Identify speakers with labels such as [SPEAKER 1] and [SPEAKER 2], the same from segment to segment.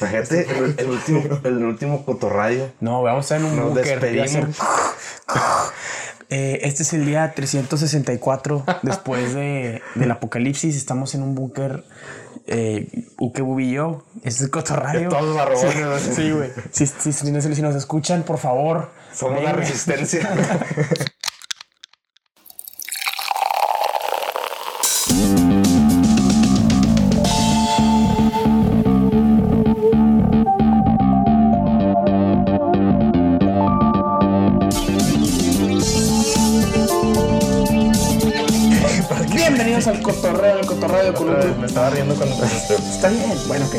[SPEAKER 1] Imagínate el, el último, el último cotorradio.
[SPEAKER 2] No, vamos a estar en un
[SPEAKER 1] Nos
[SPEAKER 2] búnker. y hacer-
[SPEAKER 1] despedimos.
[SPEAKER 2] Eh, este es el día 364 después de, del apocalipsis. Estamos en un búnker. Eh, Uke Bubi y yo. Este es el cotorradio.
[SPEAKER 1] De todos los barbones, ¿no?
[SPEAKER 2] Sí, sí, güey. Si, si- si nos, si nos escuchan, por favor.
[SPEAKER 1] Somos la
[SPEAKER 2] vengan.
[SPEAKER 1] resistencia.
[SPEAKER 2] Bienvenidos al cotorreo, al cotorreo con un
[SPEAKER 1] Me estaba riendo cuando
[SPEAKER 2] Está bien, bueno, ok.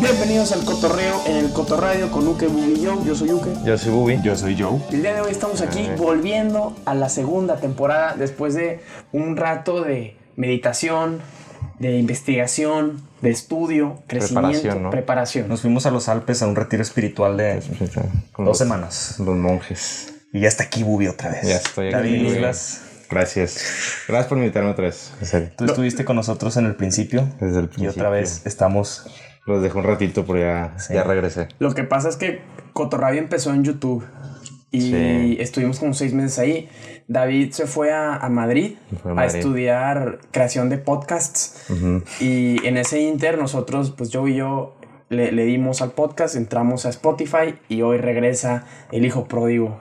[SPEAKER 2] Bienvenidos al cotorreo en el cotorreo con Uke Bubi y yo. Yo soy Uke.
[SPEAKER 1] Yo soy Bubi.
[SPEAKER 3] Yo soy Joe.
[SPEAKER 2] El día de hoy estamos aquí volviendo a la segunda temporada después de un rato de meditación, de investigación, de estudio, crecimiento,
[SPEAKER 1] Preparación,
[SPEAKER 2] preparación.
[SPEAKER 1] ¿no?
[SPEAKER 3] Nos fuimos a los Alpes a un retiro espiritual de
[SPEAKER 1] Con
[SPEAKER 3] dos
[SPEAKER 1] los-
[SPEAKER 3] semanas.
[SPEAKER 1] Los monjes.
[SPEAKER 3] Y pues, ya está aquí Bubi otra vez.
[SPEAKER 1] Ya estoy aquí.
[SPEAKER 3] David
[SPEAKER 1] güey.
[SPEAKER 3] Islas,
[SPEAKER 1] Gracias. Gracias por invitarme otra vez. En serio.
[SPEAKER 3] tú estuviste con nosotros en el principio.
[SPEAKER 1] Desde el
[SPEAKER 3] Y
[SPEAKER 1] principio.
[SPEAKER 3] otra vez estamos.
[SPEAKER 1] Los dejé un ratito, pero ya, ya regresé.
[SPEAKER 2] Lo que pasa es que Cotorrabio empezó en YouTube y
[SPEAKER 1] Sí.
[SPEAKER 2] estuvimos como seis meses ahí. David se fue a, a Madrid
[SPEAKER 1] Fue a
[SPEAKER 2] a,
[SPEAKER 1] Madrid.
[SPEAKER 2] estudiar creación de podcasts y en ese inter nosotros, pues yo y yo le, le dimos al podcast, entramos a Spotify y hoy regresa el hijo pródigo,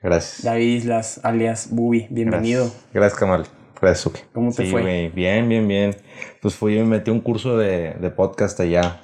[SPEAKER 1] Gracias.
[SPEAKER 2] David Islas, alias Bubi. Bienvenido.
[SPEAKER 1] Gracias, Gracias, Kamal. Gracias, Uke.
[SPEAKER 2] ¿Cómo te
[SPEAKER 1] Sí,
[SPEAKER 2] fue?
[SPEAKER 1] güey, Bien, bien, bien. Pues fui y me metí a un curso de, de podcast allá.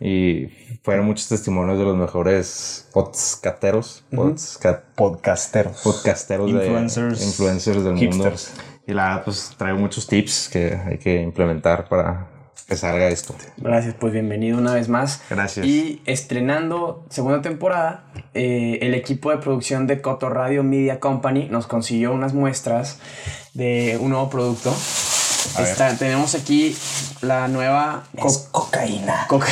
[SPEAKER 1] Y fueron muchos testimonios de los mejores podcasteros. podca-
[SPEAKER 3] Podcasteros.
[SPEAKER 1] podcasteros. de-
[SPEAKER 3] Influencers.
[SPEAKER 1] influencers del
[SPEAKER 3] Hipsters.
[SPEAKER 1] mundo. Y la verdad, pues traigo muchos tips que hay que implementar para que salga esto.
[SPEAKER 2] Gracias, pues bienvenido una vez más.
[SPEAKER 1] Gracias.
[SPEAKER 2] Y estrenando segunda temporada, eh, el equipo de producción de Coto Radio Media Company nos consiguió unas muestras de un nuevo producto. Está- tenemos aquí la nueva co-
[SPEAKER 3] cocaína.
[SPEAKER 2] coca-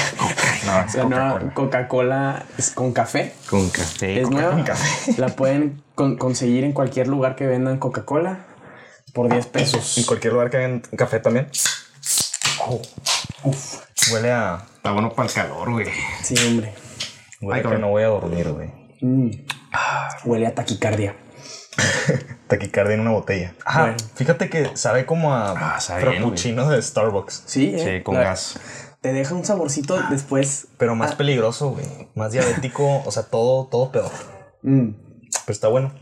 [SPEAKER 3] No, es
[SPEAKER 2] la nueva
[SPEAKER 3] Coca-Cola.
[SPEAKER 2] Coca-Cola es con café.
[SPEAKER 1] Con café.
[SPEAKER 2] Es
[SPEAKER 1] con-
[SPEAKER 2] nueva. La pueden con- conseguir en cualquier lugar que vendan Coca-Cola por 10
[SPEAKER 3] En
[SPEAKER 2] pesos.
[SPEAKER 3] cualquier lugar que hagan café también. Huele a.
[SPEAKER 1] Está bueno para el calor, güey.
[SPEAKER 2] Sí, hombre.
[SPEAKER 3] Huele
[SPEAKER 1] Ay,
[SPEAKER 3] a que
[SPEAKER 1] cabrón.
[SPEAKER 3] no voy a dormir, güey.
[SPEAKER 2] Mm. Huele a taquicardia.
[SPEAKER 3] Taquicardia en una botella. Ah,
[SPEAKER 2] Bueno.
[SPEAKER 3] fíjate que sabe como a
[SPEAKER 1] Ah, sabe bien,
[SPEAKER 3] frappuccino de Starbucks.
[SPEAKER 2] Sí, eh.
[SPEAKER 1] Sí, con
[SPEAKER 2] La-
[SPEAKER 1] gas.
[SPEAKER 2] Te deja un saborcito después.
[SPEAKER 3] Pero más peligroso, güey. Más diabético, o sea, todo, todo peor.
[SPEAKER 2] Mm.
[SPEAKER 3] Pero está bueno.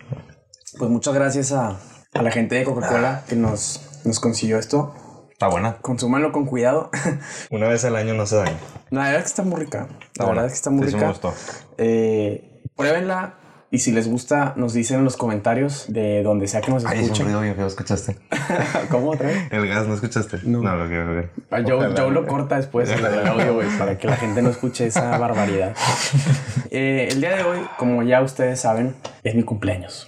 [SPEAKER 2] Pues muchas gracias a, a la gente de Coca-Cola que nos, nos consiguió esto.
[SPEAKER 1] Está buena.
[SPEAKER 2] Consúmanlo con cuidado.
[SPEAKER 3] Una vez al año no se daña.
[SPEAKER 2] la verdad es que está muy rica. La
[SPEAKER 1] buena.
[SPEAKER 2] verdad es que está muy
[SPEAKER 1] Sí, sí me
[SPEAKER 2] rica.
[SPEAKER 1] gustó.
[SPEAKER 2] Eh, pruébenla. Y si les gusta, nos dicen en los comentarios de donde sea que nos
[SPEAKER 1] Ay, es un
[SPEAKER 2] escuchen.
[SPEAKER 1] ruido bien feo, ¿escuchaste?
[SPEAKER 2] ¿Cómo otra vez?
[SPEAKER 1] El gas, ¿no escuchaste? No, no, lo quiero ver.
[SPEAKER 2] Ah, Joe, Joe lo corta después el, el audio, güey, para que la gente no escuche esa barbaridad. Eh, el día de hoy, como ya ustedes saben, es mi cumpleaños.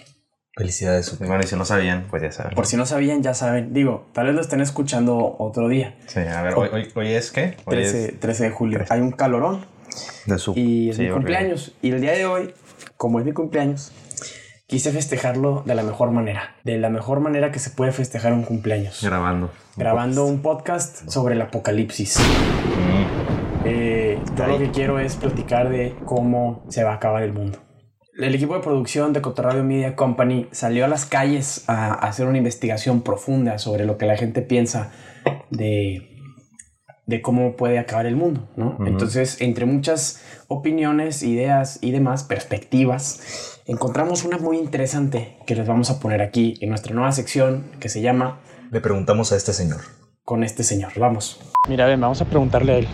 [SPEAKER 3] Felicidades, su
[SPEAKER 1] Bueno, y si no sabían, pues ya saben.
[SPEAKER 2] Por si no sabían, ya saben. Digo, tal vez lo estén escuchando otro día.
[SPEAKER 1] Sí, a ver, hoy, hoy- hoy es qué? Hoy
[SPEAKER 2] 13, 13 de julio. Hay un calorón
[SPEAKER 1] es de su
[SPEAKER 2] y es
[SPEAKER 1] sí,
[SPEAKER 2] mi
[SPEAKER 1] horrible.
[SPEAKER 2] cumpleaños. Y el día de hoy, como es mi cumpleaños, quise festejarlo de la mejor manera. De la mejor manera que se puede festejar un cumpleaños.
[SPEAKER 1] Grabando.
[SPEAKER 2] grabando un podcast sobre el apocalipsis. Eh, yo lo que quiero es platicar de cómo se va a acabar el mundo. El equipo de producción de Cotorradio Media Company salió a las calles a hacer una investigación profunda sobre lo que la gente piensa de, de cómo puede acabar el mundo, ¿no? Entonces, entre muchas opiniones, ideas y demás perspectivas, encontramos una muy interesante que les vamos a poner aquí en nuestra nueva sección que se llama
[SPEAKER 3] Le preguntamos a este señor.
[SPEAKER 2] con este señor. Vamos. Mira, ven, vamos a preguntarle a él.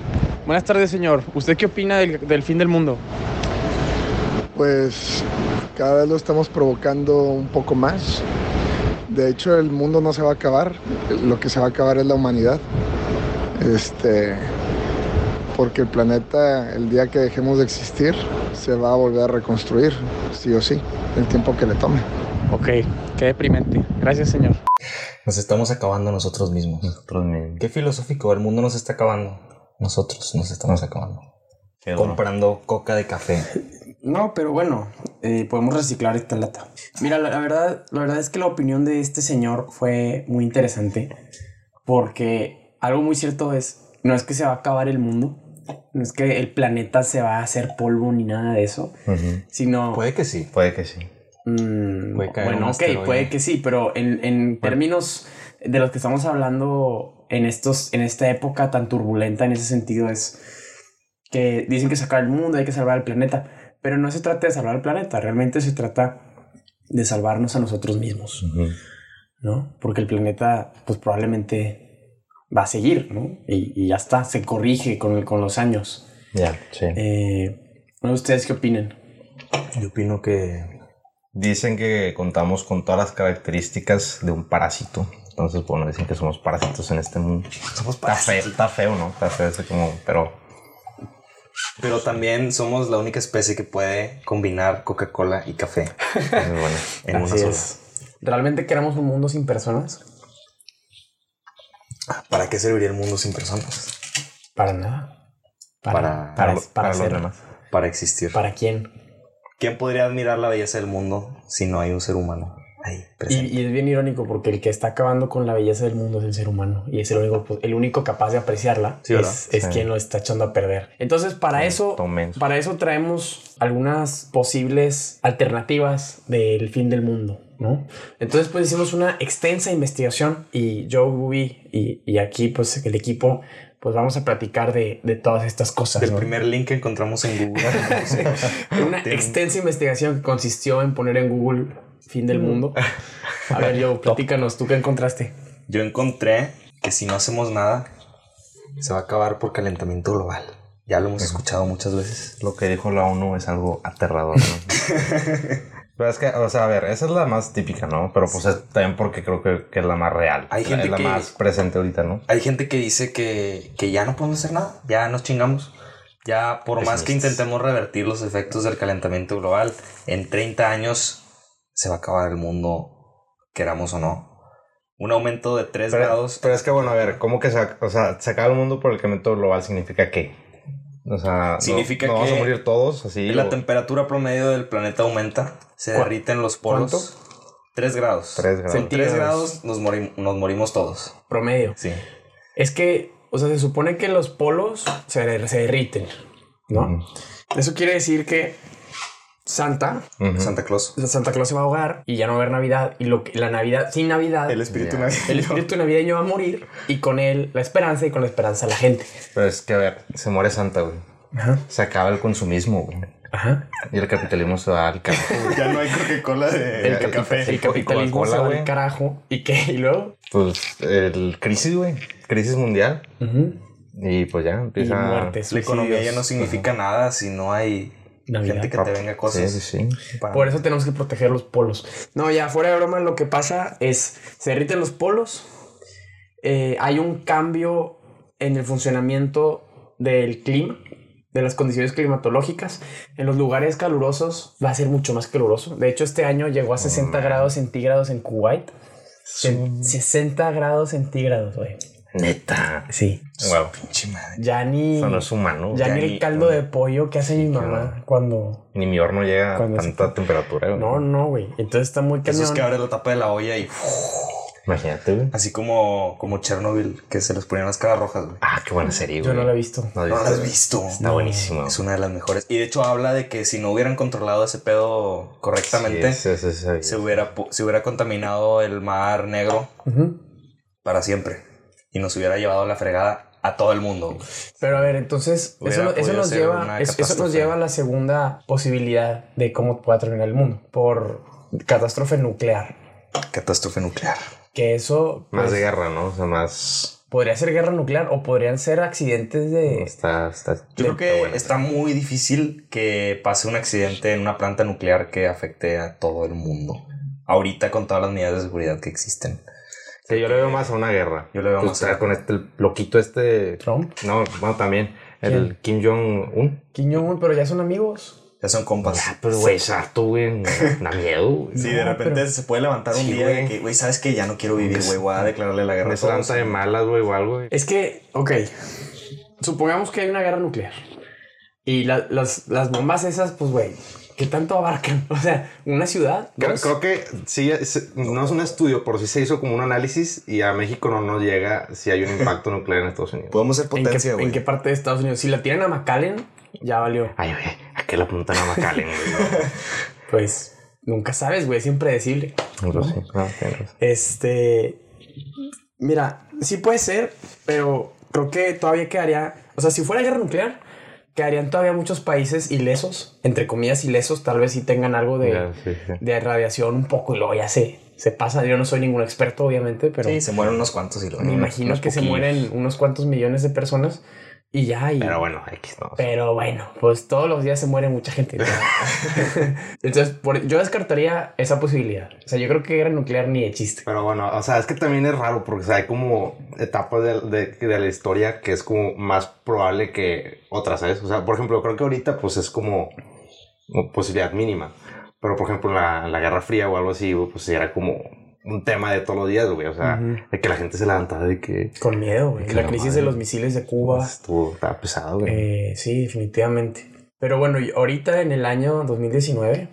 [SPEAKER 2] Buenas tardes, señor. ¿Usted qué opina del, del fin del mundo?
[SPEAKER 4] pues cada vez lo estamos provocando un poco más. De hecho, el mundo no se va a acabar, lo que se va a acabar es la humanidad. Este, porque el planeta, el día que dejemos de existir, se va a volver a reconstruir, sí o sí, el tiempo que le tome.
[SPEAKER 2] Ok, qué deprimente. Gracias, señor.
[SPEAKER 3] Nos estamos acabando nosotros mismos.
[SPEAKER 1] Nosotros mismos.
[SPEAKER 3] Qué filosófico, el mundo nos está acabando. Nosotros nos estamos acabando.
[SPEAKER 1] Qué duro.
[SPEAKER 3] Comprando coca de café.
[SPEAKER 2] No, pero bueno, eh, podemos reciclar esta lata. Mira, la, la verdad, la verdad es que la opinión de este señor fue muy interesante porque algo muy cierto es, no es que se va a acabar el mundo, No es que el planeta se va a hacer polvo ni nada de eso,
[SPEAKER 1] Ujú.
[SPEAKER 2] sino...
[SPEAKER 3] Puede que sí.
[SPEAKER 1] Puede que sí.
[SPEAKER 2] Mm,
[SPEAKER 3] Puede caer
[SPEAKER 2] bueno,
[SPEAKER 3] un
[SPEAKER 2] ok,
[SPEAKER 3] asteroide.
[SPEAKER 2] puede que sí, pero en, en términos de los que estamos hablando en, estos, en esta época tan turbulenta en ese sentido es que dicen que sacar el mundo, hay que salvar el planeta, pero no se trata de salvar el planeta, realmente se trata de salvarnos a nosotros mismos,
[SPEAKER 1] Ujú.
[SPEAKER 2] ¿no? Porque el planeta pues probablemente va a seguir, ¿no? Y, y ya está, se corrige con, el- con los años.
[SPEAKER 1] Ya, sí.
[SPEAKER 2] Eh, ¿Ustedes qué opinan?
[SPEAKER 3] Yo opino que
[SPEAKER 1] Dicen que contamos con todas las características de un parásito. Entonces, bueno, dicen que somos parásitos en este mundo.
[SPEAKER 3] somos
[SPEAKER 1] Está feo, está feo, ¿no? Está feo eso como, pero...
[SPEAKER 3] Pero también somos la única especie que puede combinar Coca-Cola y café
[SPEAKER 1] es bueno.
[SPEAKER 3] en una
[SPEAKER 2] Así
[SPEAKER 3] sola.
[SPEAKER 2] es. ¿Realmente queremos un mundo sin personas?
[SPEAKER 3] ¿Para qué serviría el mundo sin personas?
[SPEAKER 2] Para nada. Para,
[SPEAKER 3] Para-
[SPEAKER 2] para,
[SPEAKER 1] lo-
[SPEAKER 2] para, ser-
[SPEAKER 1] los demás.
[SPEAKER 3] Para existir.
[SPEAKER 2] ¿Para quién?
[SPEAKER 3] ¿Quién podría admirar la belleza del mundo si no hay un ser humano ahí
[SPEAKER 2] Y,
[SPEAKER 3] presente?
[SPEAKER 2] y es bien irónico porque el que está acabando con la belleza del mundo es el ser humano y es el único, pues, el único capaz de apreciarla
[SPEAKER 3] Sí, ¿verdad?
[SPEAKER 2] es, es
[SPEAKER 1] Sí.
[SPEAKER 2] quien lo está echando a perder. Entonces para eso
[SPEAKER 1] tomen.
[SPEAKER 2] para eso traemos algunas posibles alternativas del fin del mundo, ¿no? Entonces pues hicimos una extensa investigación y yo Bubi y, y aquí pues el equipo pues vamos a platicar de, de todas estas cosas.
[SPEAKER 3] Del
[SPEAKER 2] ¿no?
[SPEAKER 3] primer link que encontramos en Google. Sí.
[SPEAKER 2] Una
[SPEAKER 3] Tiene un-
[SPEAKER 2] extensa investigación que consistió en poner en Google fin del mundo. A ver, yo, platícanos, ¿tú qué encontraste?
[SPEAKER 3] Yo encontré que si no hacemos nada, se va a acabar por calentamiento global. Ya lo hemos escuchado muchas veces.
[SPEAKER 1] Lo que dijo la ONU es algo aterrador, ¿no? Pero es que, o sea, a ver, esa es la más típica, ¿no? Pero pues es también porque creo que, que es la más real.
[SPEAKER 3] Hay gente
[SPEAKER 1] es la
[SPEAKER 3] que-
[SPEAKER 1] más presente ahorita, ¿no?
[SPEAKER 3] Hay gente que dice que, que ya no podemos hacer nada, ya nos chingamos. Ya por más que
[SPEAKER 1] Pesimistas.
[SPEAKER 3] intentemos revertir los efectos del calentamiento global, en 30 años se va a acabar el mundo, queramos o no. Un aumento de 3
[SPEAKER 1] Pero,
[SPEAKER 3] grados.
[SPEAKER 1] pero es que, bueno, a ver, ¿cómo que se, o sea, se acaba el mundo por el calentamiento global significa qué? O sea,
[SPEAKER 3] Significa
[SPEAKER 1] no, no
[SPEAKER 3] que
[SPEAKER 1] vamos a morir todos así.
[SPEAKER 3] la
[SPEAKER 1] o-
[SPEAKER 3] temperatura promedio del planeta aumenta, se
[SPEAKER 2] ¿Cuá-
[SPEAKER 3] derriten los polos. 3 grados.
[SPEAKER 1] Tres grados.
[SPEAKER 3] Con 3
[SPEAKER 2] Centígrados.
[SPEAKER 3] grados nos, morim- nos morimos todos.
[SPEAKER 2] Promedio.
[SPEAKER 3] Sí.
[SPEAKER 2] Es que, o sea, se supone que los polos se, der- se derriten, ¿no?
[SPEAKER 1] Mm.
[SPEAKER 2] Eso quiere decir que Santa,
[SPEAKER 1] Ujú.
[SPEAKER 3] Santa Claus.
[SPEAKER 2] o sea, Santa Claus se va a ahogar y ya no va a haber Navidad. Y lo que, la Navidad, sin Navidad, el,
[SPEAKER 1] espíritu
[SPEAKER 2] espíritu navideño va a morir y con él la esperanza y con la esperanza la gente.
[SPEAKER 1] Pero es que, a ver, se muere Santa, güey.
[SPEAKER 2] Ajá.
[SPEAKER 1] Se acaba el consumismo, güey.
[SPEAKER 2] Ajá.
[SPEAKER 1] Y el capitalismo se va al carajo. güey.
[SPEAKER 3] Ya no hay Coca-Cola de,
[SPEAKER 2] El, capi- el
[SPEAKER 1] y
[SPEAKER 2] capitalismo
[SPEAKER 1] Coca-Cola,
[SPEAKER 2] se va al
[SPEAKER 1] güey.
[SPEAKER 2] carajo. ¿Y qué? ¿Y luego?
[SPEAKER 1] Pues, el crisis, güey. Crisis mundial.
[SPEAKER 2] Ujú.
[SPEAKER 1] Y pues ya
[SPEAKER 2] Y
[SPEAKER 1] empieza...
[SPEAKER 2] muertes.
[SPEAKER 3] La economía ya
[SPEAKER 2] suicidios.
[SPEAKER 3] no significa nada si no hay
[SPEAKER 2] Navidad.
[SPEAKER 3] gente que te venga
[SPEAKER 1] Sí,
[SPEAKER 3] cosas.
[SPEAKER 1] sí, sí.
[SPEAKER 3] para-
[SPEAKER 2] Por eso tenemos que proteger los polos. No, ya fuera de broma, lo que pasa es se derriten los polos. eh, hay un cambio en el funcionamiento del clima, de las condiciones climatológicas. En los lugares calurosos va a ser mucho más caluroso. De hecho, este año llegó a 60 grados centígrados en Kuwait. Se- 60 grados centígrados, güey.
[SPEAKER 1] Neta.
[SPEAKER 2] Sí.
[SPEAKER 1] Wow.
[SPEAKER 3] Pinche madre.
[SPEAKER 2] Ya ni,
[SPEAKER 1] Eso no es humano.
[SPEAKER 2] ya
[SPEAKER 1] güey.
[SPEAKER 2] ni el caldo de pollo que hace mi mamá cuando
[SPEAKER 1] Ni mi horno llega a
[SPEAKER 2] Cuando se-
[SPEAKER 1] tanta temperatura, güey.
[SPEAKER 2] No, no, güey. Entonces está muy
[SPEAKER 3] Eso
[SPEAKER 2] cañón.
[SPEAKER 3] es que abre la tapa de la olla y uf,
[SPEAKER 1] Imagínate, güey.
[SPEAKER 3] así como, como Chernobyl, que se les ponían las caras rojas, güey.
[SPEAKER 1] Ah, qué buena serie,
[SPEAKER 2] Yo
[SPEAKER 1] güey.
[SPEAKER 2] no la he visto.
[SPEAKER 1] No
[SPEAKER 3] No la has
[SPEAKER 1] güey.
[SPEAKER 3] visto.
[SPEAKER 1] Está buenísimo.
[SPEAKER 3] Es una de las mejores. Y de hecho habla de que si no hubieran controlado ese pedo correctamente,
[SPEAKER 1] Sí, sí, sí, sí, sí.
[SPEAKER 3] se hubiera pu- se hubiera contaminado el mar negro
[SPEAKER 2] Ujú.
[SPEAKER 3] para siempre. Y nos hubiera llevado a la fregada a todo el mundo. güey.
[SPEAKER 2] Pero a ver, entonces, eso,
[SPEAKER 3] Hubiera
[SPEAKER 2] no- eso
[SPEAKER 3] podido
[SPEAKER 2] nos
[SPEAKER 3] ser
[SPEAKER 2] lleva,
[SPEAKER 3] una
[SPEAKER 2] es- eso nos
[SPEAKER 3] catástrofe.
[SPEAKER 2] lleva a la segunda posibilidad de cómo pueda terminar el mundo por catástrofe nuclear.
[SPEAKER 3] Catástrofe nuclear.
[SPEAKER 2] Que eso
[SPEAKER 1] Más
[SPEAKER 2] pues,
[SPEAKER 1] de guerra, ¿no? O sea, más...
[SPEAKER 2] podría ser guerra nuclear o podrían ser accidentes de.
[SPEAKER 1] Está, está...
[SPEAKER 3] Yo creo que
[SPEAKER 1] buena.
[SPEAKER 3] está muy difícil que pase un accidente en una planta nuclear que afecte a todo el mundo. Ahorita con todas las medidas de seguridad que existen.
[SPEAKER 1] Sí, yo le veo más a una guerra.
[SPEAKER 3] Yo le veo
[SPEAKER 1] Pues,
[SPEAKER 3] más a-
[SPEAKER 1] está con este el loquito este...
[SPEAKER 2] Trump,
[SPEAKER 1] No, bueno, también. El Kim Jong-un. Ah,
[SPEAKER 2] Kim Jong-un, pero ya son amigos.
[SPEAKER 3] Ya son compas.
[SPEAKER 1] Pero, güey, es harto, güey. Da miedo, güey.
[SPEAKER 3] Si de repente
[SPEAKER 2] pero-
[SPEAKER 3] se puede levantar un
[SPEAKER 1] Sí,
[SPEAKER 3] día de
[SPEAKER 1] güey.
[SPEAKER 3] que, güey, sabes que ya no quiero vivir, güey, voy a declararle la guerra
[SPEAKER 1] Me
[SPEAKER 3] a todos.
[SPEAKER 1] lanza de malas, güey, o algo, güey.
[SPEAKER 2] Es que, ok, supongamos que hay una guerra nuclear y la- las, las bombas esas, pues, güey, ¿Qué tanto abarcan? O sea, una ciudad.
[SPEAKER 1] Creo,
[SPEAKER 2] dos?
[SPEAKER 1] creo que sí, es- no es un estudio, pero sí se hizo como un análisis y a México no nos llega si hay un impacto nuclear en Estados Unidos.
[SPEAKER 3] Podemos ser
[SPEAKER 2] ¿En qué-
[SPEAKER 3] potencia,
[SPEAKER 2] ¿En, qué,
[SPEAKER 3] güey.
[SPEAKER 2] parte de Estados Unidos? Si la tiran a McAllen, ya valió.
[SPEAKER 1] Ay, güey, ¿a qué le apuntan a Macallen?
[SPEAKER 2] Pues nunca sabes, güey, es impredecible.
[SPEAKER 5] sí. Ah, tienes razón.
[SPEAKER 2] Este. Mira, sí puede ser, pero creo que todavía quedaría. O sea, si fuera guerra nuclear, quedarían todavía muchos países ilesos, entre comillas ilesos, tal vez sí tengan algo de,
[SPEAKER 5] Ya, sí, sí.
[SPEAKER 2] de radiación un poco y luego ya se, se pasa. Yo no soy ningún experto, obviamente, pero
[SPEAKER 3] Sí,
[SPEAKER 2] me
[SPEAKER 3] se mueren unos cuantos y lo
[SPEAKER 2] imagino que se
[SPEAKER 5] poquillos.
[SPEAKER 2] mueren unos cuantos millones de personas y ya. y-
[SPEAKER 1] Pero bueno, X no.
[SPEAKER 2] pero bueno, pues todos los días se muere mucha gente. Entonces, por- yo descartaría esa posibilidad. O sea, yo creo que guerra nuclear ni de chiste.
[SPEAKER 1] Pero bueno, o sea, es que también es raro porque o sea, hay como etapas de, de- de la historia que es como más probable que otras, ¿sabes? O sea, por ejemplo, creo que ahorita pues es como una posibilidad mínima. Pero por ejemplo, la, la Guerra Fría o algo así, güey, pues era como un tema de todos los días, güey. O sea,
[SPEAKER 2] Ujú.
[SPEAKER 1] de que la gente se levantaba de que
[SPEAKER 2] Con miedo, güey.
[SPEAKER 1] Que
[SPEAKER 2] La
[SPEAKER 1] la
[SPEAKER 2] crisis
[SPEAKER 1] madre.
[SPEAKER 2] de los misiles de Cuba.
[SPEAKER 1] pues, estuvo, estaba pesado, güey.
[SPEAKER 2] Eh, sí, definitivamente. Pero bueno, y ahorita en el año 2019,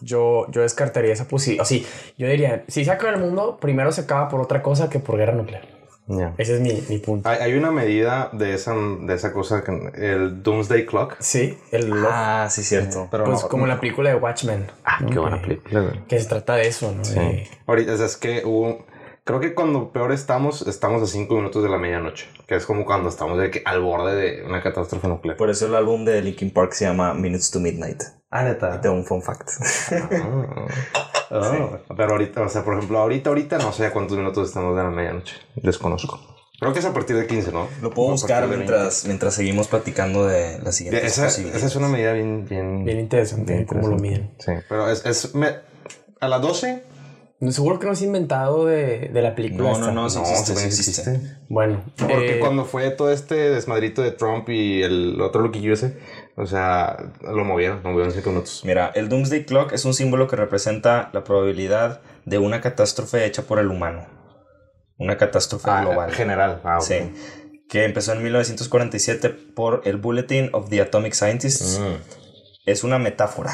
[SPEAKER 2] yo, yo descartaría esa posibilidad. O sí, yo diría, si se acaba el mundo, primero se acaba por otra cosa que por guerra nuclear.
[SPEAKER 1] Ya.
[SPEAKER 2] Ese es mi, mi punto.
[SPEAKER 1] Hay, hay una medida de esa, de esa cosa, que, el Doomsday Clock.
[SPEAKER 2] Sí, el reloj.
[SPEAKER 3] Ah, sí, cierto.
[SPEAKER 1] Pero
[SPEAKER 2] pues
[SPEAKER 1] no-
[SPEAKER 2] como la película de Watchmen.
[SPEAKER 1] Ah,
[SPEAKER 2] ¿no?
[SPEAKER 1] qué buena
[SPEAKER 2] Que-
[SPEAKER 1] película, güey.
[SPEAKER 2] Que se trata de eso, ¿no? De-
[SPEAKER 1] Ahorita, o sea, es que hubo... Creo que cuando peor estamos, estamos a cinco minutos de la medianoche. Que es como cuando estamos de que- al borde de una catástrofe nuclear.
[SPEAKER 3] Por eso el álbum de Linkin Park se llama Minutes to Midnight.
[SPEAKER 1] Ah,
[SPEAKER 3] Ahí
[SPEAKER 1] neta.
[SPEAKER 3] te doy un fun fact.
[SPEAKER 1] Oh. Pero ahorita, o sea, por ejemplo, ahorita, ahorita no sé a cuántos minutos estamos de la medianoche. Desconozco. Creo que es a partir de 15, ¿no?
[SPEAKER 3] Lo puedo
[SPEAKER 1] A
[SPEAKER 3] buscar
[SPEAKER 1] partir de
[SPEAKER 3] mientras, mientras seguimos platicando de las
[SPEAKER 1] 20.
[SPEAKER 3] siguientes
[SPEAKER 1] Ya, Esa,
[SPEAKER 3] posibilidades.
[SPEAKER 1] esa es una medida bien... bien,
[SPEAKER 2] Bien interesante
[SPEAKER 1] bien
[SPEAKER 2] cómo lo miden.
[SPEAKER 1] interesante. Sí, pero es... es me- a las 12...
[SPEAKER 2] No, Seguro que no es inventado de, de la película.
[SPEAKER 3] No,
[SPEAKER 2] esta.
[SPEAKER 3] no, no, sí existe,
[SPEAKER 1] güey,
[SPEAKER 3] sí existe.
[SPEAKER 2] Bueno,
[SPEAKER 1] Porque
[SPEAKER 2] eh,
[SPEAKER 1] cuando fue todo este desmadrito de Trump y el otro loquillo ese, o sea, lo movieron, lo movieron cinco minutos.
[SPEAKER 3] Mira, el Doomsday Clock es un símbolo que representa la probabilidad de una catástrofe hecha por el humano. Una catástrofe
[SPEAKER 2] Ah,
[SPEAKER 3] global.
[SPEAKER 1] general. Ah, ok.
[SPEAKER 3] Sí. Que empezó en 1947 por el Bulletin of the Atomic Scientists.
[SPEAKER 2] Mm.
[SPEAKER 3] Es una metáfora.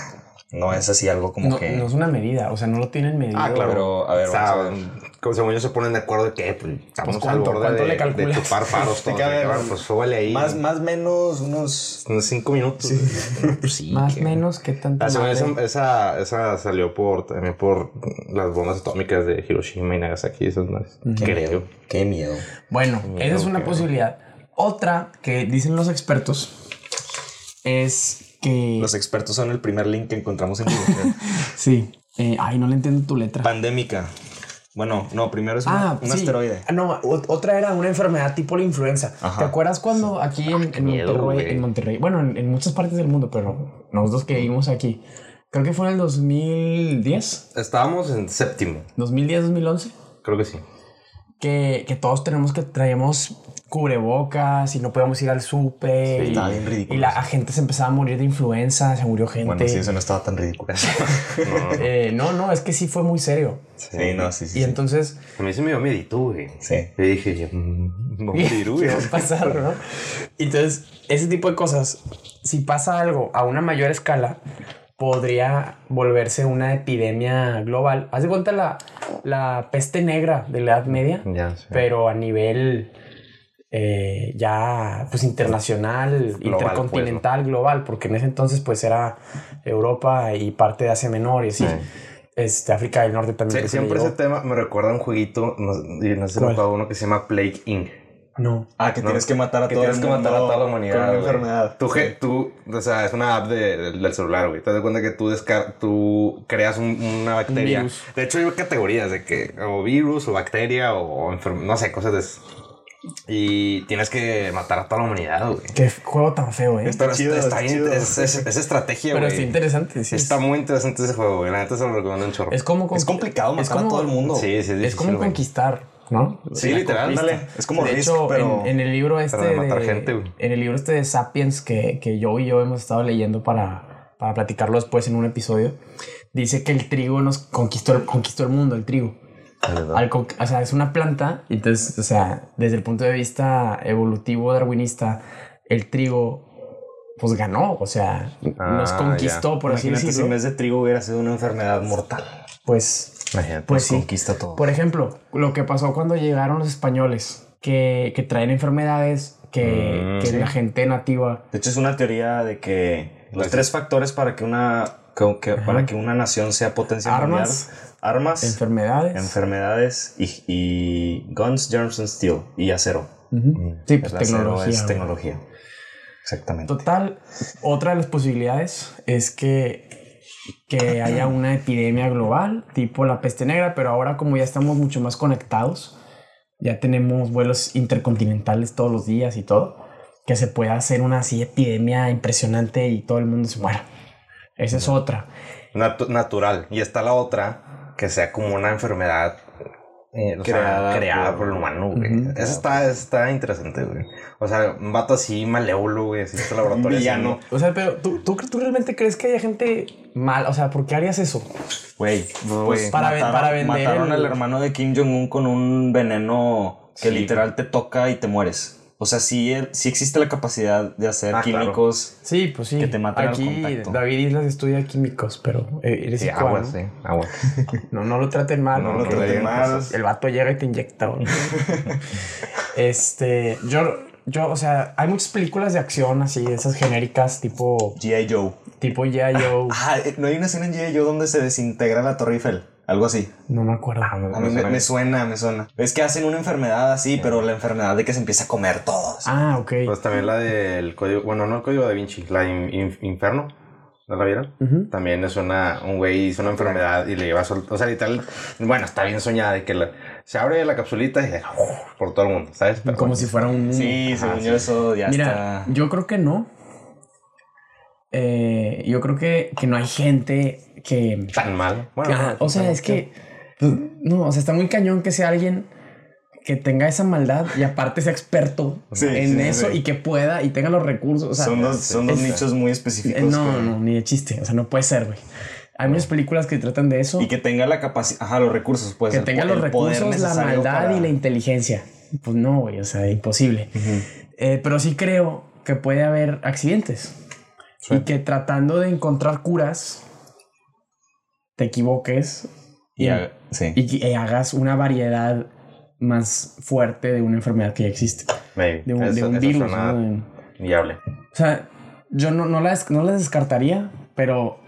[SPEAKER 3] No es así algo como
[SPEAKER 2] no,
[SPEAKER 3] que.
[SPEAKER 2] no es una medida, o sea, no lo tienen medido.
[SPEAKER 1] Ah, claro.
[SPEAKER 3] Pero, a ver,
[SPEAKER 1] o sea,
[SPEAKER 3] vamos a
[SPEAKER 1] como según ellos se ponen de acuerdo de que pues, estamos
[SPEAKER 2] Pues,
[SPEAKER 1] al
[SPEAKER 2] ¿cuánto-
[SPEAKER 1] borde
[SPEAKER 2] cuánto
[SPEAKER 1] de,
[SPEAKER 2] le calculas?
[SPEAKER 1] de chupar paros
[SPEAKER 3] Sí,
[SPEAKER 1] todos.
[SPEAKER 3] que, a
[SPEAKER 1] de que,
[SPEAKER 3] ver,
[SPEAKER 1] bueno, pues súbale ahí.
[SPEAKER 3] Más, más menos unos.
[SPEAKER 1] unos cinco minutos. Pues, sí,
[SPEAKER 2] Más o
[SPEAKER 1] que-
[SPEAKER 2] menos que tanto.
[SPEAKER 1] Ah, según esa, esa, esa salió por también por las bombas atómicas de Hiroshima y Nagasaki, esas más. Creo.
[SPEAKER 3] Qué miedo.
[SPEAKER 2] Bueno, esa es una posibilidad. Otra que dicen los expertos es que.
[SPEAKER 3] Los expertos son el primer link que encontramos en Google.
[SPEAKER 2] Sí. Eh, ay, no le entiendo tu letra.
[SPEAKER 3] Pandémica. Bueno, no, primero es un-
[SPEAKER 2] Ah,
[SPEAKER 3] un
[SPEAKER 2] sí.
[SPEAKER 3] asteroide.
[SPEAKER 2] Ah, No, o- otra era una enfermedad tipo la influenza.
[SPEAKER 3] Ajá.
[SPEAKER 2] ¿Te acuerdas cuando aquí en, en
[SPEAKER 1] miedo,
[SPEAKER 2] Monterrey,
[SPEAKER 1] güey.
[SPEAKER 2] en Monterrey, bueno, en, en muchas partes del mundo, pero nosotros que vivimos aquí, creo que fue en el 2010,
[SPEAKER 1] Estábamos en séptimo,
[SPEAKER 2] 2010, 2011,
[SPEAKER 1] creo que sí.
[SPEAKER 2] que, que todos tenemos que traemos cubrebocas y no podíamos ir al súper.
[SPEAKER 1] Sí,
[SPEAKER 2] y-
[SPEAKER 3] Estaba bien ridículo.
[SPEAKER 2] Y la a gente se empezaba a morir de influenza, se murió gente.
[SPEAKER 3] Bueno, sí, eso no estaba tan ridículo.
[SPEAKER 2] Eh, no, no, es que sí fue muy serio.
[SPEAKER 3] sí, no, sí, sí.
[SPEAKER 2] y
[SPEAKER 3] sí.
[SPEAKER 2] entonces,
[SPEAKER 1] A mí se me dio miedito, güey.
[SPEAKER 3] Sí.
[SPEAKER 1] Y dije yo, mm, vamos a ir,
[SPEAKER 2] ¿qué
[SPEAKER 1] güey.
[SPEAKER 2] va a pasar, no? Entonces, ese tipo de cosas, si pasa algo a una mayor escala, podría volverse una epidemia global. Haz de cuenta la, la peste negra de la Edad Media,
[SPEAKER 1] Ya, sí.
[SPEAKER 2] pero a nivel eh, ya pues internacional,
[SPEAKER 1] Global, pues,
[SPEAKER 2] intercontinental, global, porque en ese entonces pues era Europa y parte de Asia Menor y así.
[SPEAKER 1] Sí.
[SPEAKER 2] Este, África del Norte también.
[SPEAKER 1] Sí,
[SPEAKER 2] creo que
[SPEAKER 1] siempre
[SPEAKER 2] llegó.
[SPEAKER 1] ese tema me recuerda a un jueguito, no, y no sé
[SPEAKER 2] ¿Cuál?
[SPEAKER 1] si uno que se llama Plague Inc.
[SPEAKER 2] No.
[SPEAKER 3] Ah, que
[SPEAKER 1] No,
[SPEAKER 3] tienes que matar a
[SPEAKER 1] que
[SPEAKER 3] todo
[SPEAKER 1] tienes
[SPEAKER 3] el
[SPEAKER 1] que
[SPEAKER 3] mundo
[SPEAKER 1] matar a toda la humanidad.
[SPEAKER 3] Con una
[SPEAKER 1] güey.
[SPEAKER 3] enfermedad.
[SPEAKER 1] Tú, ge- tú, o sea, es una app de- del celular, güey. Te das cuenta que tú, descar tú creas un- una bacteria.
[SPEAKER 2] virus.
[SPEAKER 1] De hecho, hay categorías de que o virus o bacteria o enfermedad, no sé, cosas de eso. Y tienes que matar a toda la humanidad, güey.
[SPEAKER 2] Qué juego tan feo, ¿eh?
[SPEAKER 1] Pero
[SPEAKER 3] chido,
[SPEAKER 1] está
[SPEAKER 3] está
[SPEAKER 1] bien,
[SPEAKER 3] chido.
[SPEAKER 1] es, es- es estrategia,
[SPEAKER 2] Pero
[SPEAKER 1] güey.
[SPEAKER 2] está interesante. sí.
[SPEAKER 1] Está muy interesante ese juego, güey. La neta se lo recomiendo un chorro.
[SPEAKER 2] Es como
[SPEAKER 3] Es complicado
[SPEAKER 2] es
[SPEAKER 3] matar a
[SPEAKER 2] como-
[SPEAKER 3] todo el mundo.
[SPEAKER 1] Sí, sí, es
[SPEAKER 2] Es
[SPEAKER 1] difícil,
[SPEAKER 2] como
[SPEAKER 1] güey.
[SPEAKER 2] conquistar, ¿no?
[SPEAKER 1] Sí,
[SPEAKER 2] La
[SPEAKER 1] literal,
[SPEAKER 2] conquista.
[SPEAKER 1] ándale.
[SPEAKER 3] Es como
[SPEAKER 2] de
[SPEAKER 3] Risk,
[SPEAKER 2] hecho,
[SPEAKER 3] pero-
[SPEAKER 2] en, en el libro este
[SPEAKER 1] de matar
[SPEAKER 2] de-
[SPEAKER 1] gente, güey.
[SPEAKER 2] en el libro este de Sapiens que, que yo y yo hemos estado leyendo para, para platicarlo después en un episodio, dice que el trigo nos conquistó, el- conquistó el mundo, el trigo.
[SPEAKER 1] Ah.
[SPEAKER 2] Al con- o sea, es una planta, y entonces, o sea, desde el punto de vista evolutivo darwinista, el trigo pues ganó, o sea, nos
[SPEAKER 1] Ah,
[SPEAKER 2] conquistó, por así
[SPEAKER 6] Imagínate si en
[SPEAKER 2] decirlo.
[SPEAKER 6] vez de trigo hubiera sido una enfermedad mortal.
[SPEAKER 2] Pues
[SPEAKER 6] Imagínate,
[SPEAKER 2] Pues
[SPEAKER 6] nos
[SPEAKER 2] sí.
[SPEAKER 6] conquista todo.
[SPEAKER 2] Por ejemplo, lo que pasó cuando llegaron los españoles, que, que traen enfermedades
[SPEAKER 3] Mm,
[SPEAKER 2] que, que la gente nativa.
[SPEAKER 3] De hecho, es una teoría de que los
[SPEAKER 1] Gracias.
[SPEAKER 3] tres factores para que una, que- que- para que una nación sea potencia
[SPEAKER 2] Armas.
[SPEAKER 3] mundial, armas,
[SPEAKER 2] Enfermedades.
[SPEAKER 3] enfermedades y, y guns, germs and steel y acero.
[SPEAKER 2] Ujú.
[SPEAKER 1] Mm.
[SPEAKER 2] Sí, pues
[SPEAKER 3] El acero
[SPEAKER 2] tecnología.
[SPEAKER 3] es
[SPEAKER 2] güey.
[SPEAKER 3] tecnología. Exactamente.
[SPEAKER 2] Total, otra de las posibilidades es que, que haya una epidemia global, tipo la peste negra, pero ahora como ya estamos mucho más conectados, ya tenemos vuelos intercontinentales todos los días y todo, que se pueda hacer una así epidemia impresionante y todo el mundo se muera. Esa es otra.
[SPEAKER 1] Natu- natural. Y está la otra, que sea como una enfermedad eh, o sea, creada,
[SPEAKER 3] Creada
[SPEAKER 1] por,
[SPEAKER 3] por-
[SPEAKER 1] el humano, güey.
[SPEAKER 2] Ujú.
[SPEAKER 1] Eso está, está interesante, güey. O sea, un vato así malévolo, güey, así este laboratorio.
[SPEAKER 3] villano.
[SPEAKER 2] O sea, pero ¿tú, tú, tú realmente crees que haya gente mal? O sea, ¿por qué harías eso?
[SPEAKER 3] Güey,
[SPEAKER 2] Pues para, ven- para vender
[SPEAKER 3] Mataron
[SPEAKER 2] el-
[SPEAKER 3] al hermano de Kim Jong-un con un veneno que literal te toca y te mueres. O sea, sí, el- sí existe la capacidad de hacer
[SPEAKER 1] Ah, claro.
[SPEAKER 3] químicos.
[SPEAKER 2] Sí, pues sí.
[SPEAKER 3] Que te maten al
[SPEAKER 2] Aquí
[SPEAKER 3] contacto. ah,
[SPEAKER 2] David Islas estudia químicos, pero eh, eres
[SPEAKER 1] Sí,
[SPEAKER 2] psicólogo,
[SPEAKER 1] agua,
[SPEAKER 2] ¿no?
[SPEAKER 1] sí, agua.
[SPEAKER 2] No, no lo traten mal.
[SPEAKER 1] No lo
[SPEAKER 2] porque pues,
[SPEAKER 1] traten mal.
[SPEAKER 2] El vato llega y te inyecta. güey. este, yo, yo, o sea, hay muchas películas de acción así, esas genéricas, tipo,
[SPEAKER 3] G.I. Joe.
[SPEAKER 2] tipo ya yo,
[SPEAKER 3] Ah, eh, no hay una escena en G.I. Joe donde se desintegra la Torre Eiffel. Algo así.
[SPEAKER 2] no me acuerdo.
[SPEAKER 1] Ah,
[SPEAKER 3] A mí me, me suena, me suena. Es que hacen una enfermedad así, pero la enfermedad de que se empieza a comer todos.
[SPEAKER 2] Ah, ok.
[SPEAKER 1] Pues también la del código, bueno, no el código da Vinci, la de In- In- Inferno. ¿No la vieron?
[SPEAKER 2] Ujú.
[SPEAKER 1] También es una, un güey hizo una enfermedad y le lleva sol, o sea, literal, bueno, está bien soñada de que la- se abre la capsulita y le- por todo el mundo, ¿sabes? Pero-
[SPEAKER 2] Como si fuera un...
[SPEAKER 3] pues, sí, según yo eso ya
[SPEAKER 2] Mira,
[SPEAKER 3] está.
[SPEAKER 2] yo creo que no. Eh, yo creo que, que no hay gente que...
[SPEAKER 1] tan mal. Bueno,
[SPEAKER 2] Ajá,
[SPEAKER 1] no,
[SPEAKER 2] o sea,
[SPEAKER 1] tan-
[SPEAKER 2] es que. pues, No, o sea, está muy cañón que sea alguien que tenga esa maldad y aparte sea experto
[SPEAKER 3] Sí,
[SPEAKER 2] en
[SPEAKER 3] sí,
[SPEAKER 2] eso
[SPEAKER 3] sí.
[SPEAKER 2] y que pueda y tenga los recursos. O sea,
[SPEAKER 3] son dos, son dos
[SPEAKER 2] es-
[SPEAKER 3] nichos muy
[SPEAKER 2] eh,
[SPEAKER 3] específicos.
[SPEAKER 2] no,
[SPEAKER 3] que-
[SPEAKER 2] no, ni de chiste. O sea, no puede ser, güey. Hay muchas películas que tratan de eso.
[SPEAKER 3] Y que tenga la capacidad, ajá, los recursos, pues.
[SPEAKER 2] que
[SPEAKER 3] el
[SPEAKER 2] tenga
[SPEAKER 3] po-
[SPEAKER 2] los
[SPEAKER 3] el poder
[SPEAKER 2] recursos, la
[SPEAKER 3] necesario
[SPEAKER 2] maldad
[SPEAKER 3] para-
[SPEAKER 2] y la inteligencia. Pues no, güey, o sea, imposible. Eh, pero sí creo que puede haber accidentes. Y que tratando de encontrar curas, te equivoques
[SPEAKER 3] y haga- sí.
[SPEAKER 2] y que eh, hagas una variedad más fuerte de una enfermedad que ya existe,
[SPEAKER 1] maybe.
[SPEAKER 2] de un, de
[SPEAKER 1] Eso-
[SPEAKER 2] un
[SPEAKER 1] eso
[SPEAKER 2] virus.
[SPEAKER 1] suena
[SPEAKER 2] ¿no? De-
[SPEAKER 1] Viable.
[SPEAKER 2] o sea, yo no, no, las, no las descartaría, pero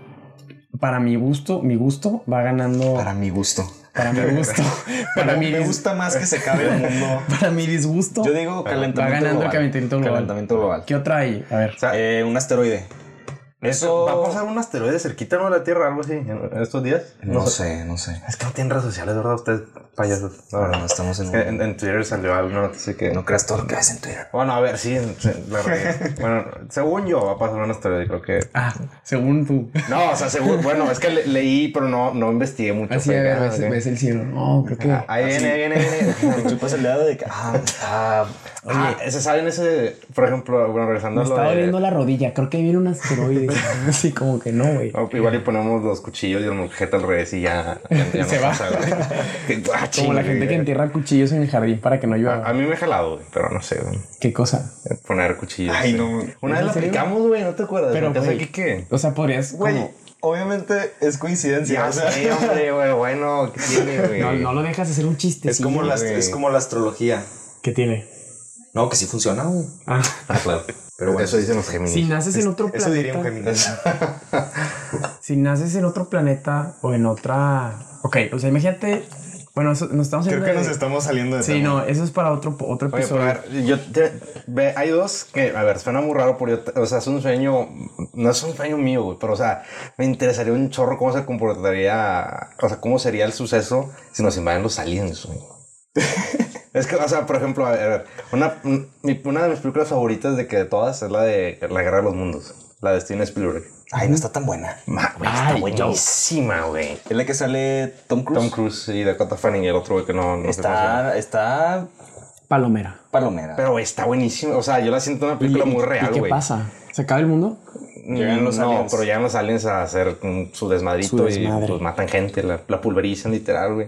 [SPEAKER 2] para mi gusto, mi gusto va ganando.
[SPEAKER 3] Para mi gusto.
[SPEAKER 2] Para mi gusto. para, mi
[SPEAKER 3] me
[SPEAKER 2] dis-
[SPEAKER 3] gusta más que se acabe el mundo.
[SPEAKER 2] para mi disgusto.
[SPEAKER 3] Yo digo calentamiento
[SPEAKER 2] va ganando el
[SPEAKER 3] global.
[SPEAKER 2] calentamiento global.
[SPEAKER 3] Calentamiento global.
[SPEAKER 2] ¿Qué otra hay? A ver.
[SPEAKER 3] Eh, un asteroide. Eso.
[SPEAKER 1] ¿Va a pasar un asteroide cerquita ¿no? a la Tierra algo así en estos días?
[SPEAKER 3] No sé, no sé.
[SPEAKER 1] Es que no tienen redes sociales, ¿verdad? Ustedes, payasos. No,
[SPEAKER 3] No,
[SPEAKER 1] no,
[SPEAKER 3] no, estamos en
[SPEAKER 1] Es que
[SPEAKER 3] un.
[SPEAKER 1] en, en Twitter salió algo, no sé qué.
[SPEAKER 3] No creas todo lo que ves en Twitter.
[SPEAKER 1] Bueno, a ver, sí, en- se- la regué. Bueno, según yo va a pasar un asteroide, creo que.
[SPEAKER 2] Ah, según tú.
[SPEAKER 1] No, o sea, según. Bueno, es que le- leí, pero no, no investigué mucho.
[SPEAKER 2] Así
[SPEAKER 1] Fue
[SPEAKER 2] a
[SPEAKER 1] que,
[SPEAKER 2] ver,
[SPEAKER 1] ah,
[SPEAKER 2] ves,
[SPEAKER 1] ok.
[SPEAKER 2] ves el cielo. No, creo que.
[SPEAKER 1] Ah, Ahí viene, ahí viene, ahí viene.
[SPEAKER 3] Chupas el dedo de que. Ah, ah,
[SPEAKER 1] Ah, se sabe en ese. Por ejemplo, bueno, regresando
[SPEAKER 2] Me
[SPEAKER 1] a lo
[SPEAKER 2] está
[SPEAKER 1] de-
[SPEAKER 2] doliendo la rodilla. Creo que viene un asteroide. Así como que no, güey.
[SPEAKER 1] No, Oh, igual y ponemos los cuchillos y el mujeta al revés y ya, ya, ya
[SPEAKER 2] Se
[SPEAKER 1] no
[SPEAKER 2] va.
[SPEAKER 1] pasa, güey. Que- ah,
[SPEAKER 2] Como la
[SPEAKER 1] chingue,
[SPEAKER 2] gente que
[SPEAKER 1] güey.
[SPEAKER 2] entierra cuchillos en el jardín para que no
[SPEAKER 1] a,
[SPEAKER 2] llueva.
[SPEAKER 3] Ah,
[SPEAKER 1] a mí me he jalado, güey, pero no sé, güey.
[SPEAKER 2] ¿Qué cosa?
[SPEAKER 1] Poner cuchillos.
[SPEAKER 3] Ay,
[SPEAKER 1] sí.
[SPEAKER 3] no.
[SPEAKER 1] Una vez
[SPEAKER 2] ¿En
[SPEAKER 1] la
[SPEAKER 2] serio?
[SPEAKER 1] aplicamos, güey, no te acuerdas.
[SPEAKER 2] Pero,
[SPEAKER 1] En casa
[SPEAKER 2] güey,
[SPEAKER 1] de Quique.
[SPEAKER 2] O sea, podrías.
[SPEAKER 3] Güey,
[SPEAKER 2] como-
[SPEAKER 3] obviamente es coincidencia.
[SPEAKER 1] Ya
[SPEAKER 3] o sea,
[SPEAKER 1] sé, hombre, güey, bueno, ¿qué tiene, güey?
[SPEAKER 2] No, no lo dejas hacer un chiste.
[SPEAKER 3] Eh, es, como la,
[SPEAKER 1] güey.
[SPEAKER 3] es como la astrología.
[SPEAKER 2] que tiene.
[SPEAKER 3] No, que sí funciona. güey.
[SPEAKER 2] Ah,
[SPEAKER 1] Ah, claro. Pero bueno, eso dicen los Géminis.
[SPEAKER 2] si naces en otro
[SPEAKER 3] Eso diría un
[SPEAKER 2] planeta.
[SPEAKER 3] Géminis.
[SPEAKER 2] Si naces en otro planeta o en otra. Ok, o sea, imagínate. Bueno, eso, nos estamos
[SPEAKER 3] Creo que
[SPEAKER 2] yendo
[SPEAKER 3] nos
[SPEAKER 2] de-
[SPEAKER 3] estamos saliendo de
[SPEAKER 2] Sí,
[SPEAKER 3] tema.
[SPEAKER 2] no, eso es para otro,
[SPEAKER 1] Oye,
[SPEAKER 2] otro
[SPEAKER 1] pero
[SPEAKER 2] episodio.
[SPEAKER 1] a ver, yo te- ve, hay dos que, a ver, suena muy raro, pero yo te- o sea, es un sueño, no es un sueño mío, güey, pero, o sea, me interesaría un chorro cómo se comportaría, o sea, cómo sería el suceso si nos invaden los aliens, güey. es que, o sea, por ejemplo, a ver, a ver, una, un- mi- una de mis películas favoritas de que de todas es la de La Guerra de los Mundos, la de Steven Spielberg.
[SPEAKER 3] Ay, no está tan buena.
[SPEAKER 1] Ma, güey, está
[SPEAKER 2] Ay,
[SPEAKER 1] buenísima, güey.
[SPEAKER 3] Es la que sale Tom Cruise.
[SPEAKER 1] Tom Cruise y Dakota Fanning y el otro güey que no, no sé cómo se llama.
[SPEAKER 3] Está, está
[SPEAKER 2] Palomera.
[SPEAKER 3] palomera.
[SPEAKER 1] Pero está buenísima. O sea, yo la siento una película
[SPEAKER 2] ¿Y-
[SPEAKER 1] muy
[SPEAKER 2] y
[SPEAKER 1] real,
[SPEAKER 2] ¿Qué
[SPEAKER 1] güey.
[SPEAKER 2] pasa? ¿Se acaba el mundo?
[SPEAKER 3] Llegan los
[SPEAKER 1] no,
[SPEAKER 3] aliens.
[SPEAKER 1] pero llegan los aliens a hacer mm, su desmadrito
[SPEAKER 2] Su
[SPEAKER 1] y
[SPEAKER 2] desmadre. Mm.
[SPEAKER 1] pues matan gente, la, la pulverizan literal, güey.